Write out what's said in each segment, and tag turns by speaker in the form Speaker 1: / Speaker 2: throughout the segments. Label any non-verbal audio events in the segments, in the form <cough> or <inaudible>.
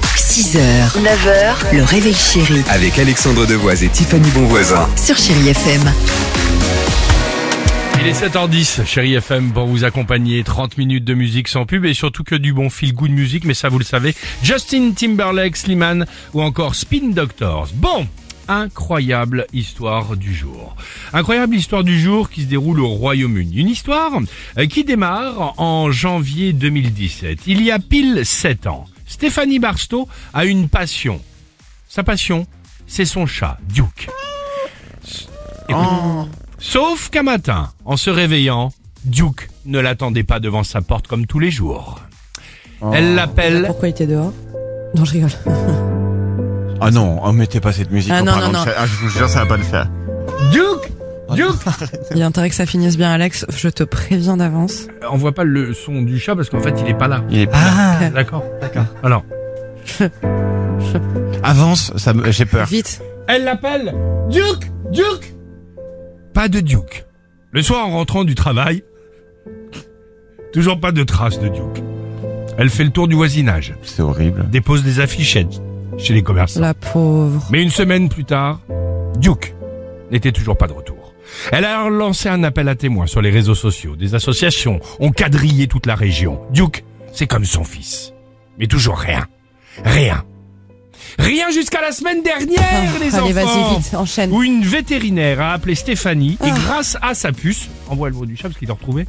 Speaker 1: 6h, 9h, le réveil chéri
Speaker 2: Avec Alexandre Devoise et Tiffany Bonvoisin.
Speaker 1: sur Chéri FM.
Speaker 3: Il est 7h10, chérie FM, pour vous accompagner. 30 minutes de musique sans pub et surtout que du bon feel good musique, mais ça vous le savez. Justin Timberlake, Slimane ou encore Spin Doctors. Bon, incroyable histoire du jour. Incroyable histoire du jour qui se déroule au Royaume-Uni. Une histoire euh, qui démarre en janvier 2017. Il y a pile 7 ans, Stéphanie Barstow a une passion. Sa passion, c'est son chat, Duke. Écoute. Sauf qu'un matin, en se réveillant, Duke ne l'attendait pas devant sa porte comme tous les jours. Elle l'appelle
Speaker 4: Pourquoi il était dehors Non, je rigole.
Speaker 5: Ah non, on mettait pas cette musique
Speaker 4: Ah
Speaker 5: en
Speaker 4: non,
Speaker 5: parlant
Speaker 4: non,
Speaker 5: de
Speaker 4: non.
Speaker 5: chat. Ah, je vous jure, ça va pas le faire.
Speaker 3: Duke Duke
Speaker 4: Il y a intérêt que ça finisse bien, Alex. Je te préviens d'avance.
Speaker 3: On voit pas le son du chat parce qu'en fait il est pas là.
Speaker 5: Il est
Speaker 3: D'accord
Speaker 5: D'accord.
Speaker 3: Alors,
Speaker 5: Avance, ça me- j'ai peur.
Speaker 4: Vite.
Speaker 3: elle l'appelle Duke Duke Pas de Duke. Le soir en rentrant du travail, toujours pas de trace de Duke. Elle fait le tour du voisinage,
Speaker 5: C'est horrible.
Speaker 3: dépose des affichettes chez les commerçants.
Speaker 4: La pauvre.
Speaker 3: Mais une semaine plus tard, Duke n'était toujours pas de retour. Elle a lancé un appel à témoins sur les réseaux sociaux. Des associations ont quadrillé toute la région. Duke, c'est comme son fils. Mais toujours rien. Rien. Rien jusqu'à la semaine dernière, les
Speaker 4: Ah, allez, vas-y,
Speaker 3: enfants
Speaker 4: vite, enchaîne.
Speaker 3: où une vétérinaire a appelé Stéphanie et
Speaker 4: Ah.
Speaker 3: grâce à sa puce, envoie le mot du chat parce qu'il l'a retrouvé.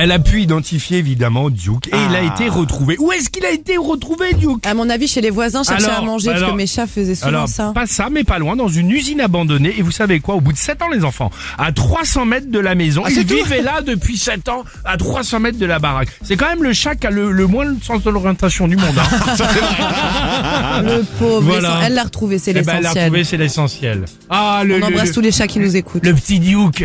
Speaker 3: Elle a pu identifier évidemment Duke et il a
Speaker 5: Ah.
Speaker 3: été retrouvé. Où est-ce qu'il a été retrouvé, Duke
Speaker 4: À mon avis, chez les voisins, chercher
Speaker 3: Alors,
Speaker 4: à manger, parce
Speaker 3: alors,
Speaker 4: que mes chats faisaient souvent
Speaker 3: alors,
Speaker 4: Ah, ça.
Speaker 3: pas ça, mais pas loin, dans une usine abandonnée. Et vous savez quoi Au bout de 7 ans, les enfants, à 300 mètres de la maison,
Speaker 5: Ah,
Speaker 3: ils
Speaker 5: c'est tout
Speaker 3: vivaient là depuis 7 ans, à 300 mètres de la baraque. C'est quand même le chat qui a le, le moins le sens de l'orientation du monde. Hein.
Speaker 4: Le pauvre.
Speaker 3: Voilà.
Speaker 4: l'essent- Elle l'a retrouvé, <laughs> c'est
Speaker 3: Eh ben, la
Speaker 4: l'essentiel.
Speaker 3: retrouver, c'est l'essentiel. Ah, le,
Speaker 4: On
Speaker 3: le-
Speaker 4: embrasse
Speaker 3: le-
Speaker 4: tous les chats qui nous écoutent.
Speaker 3: le petit Duke.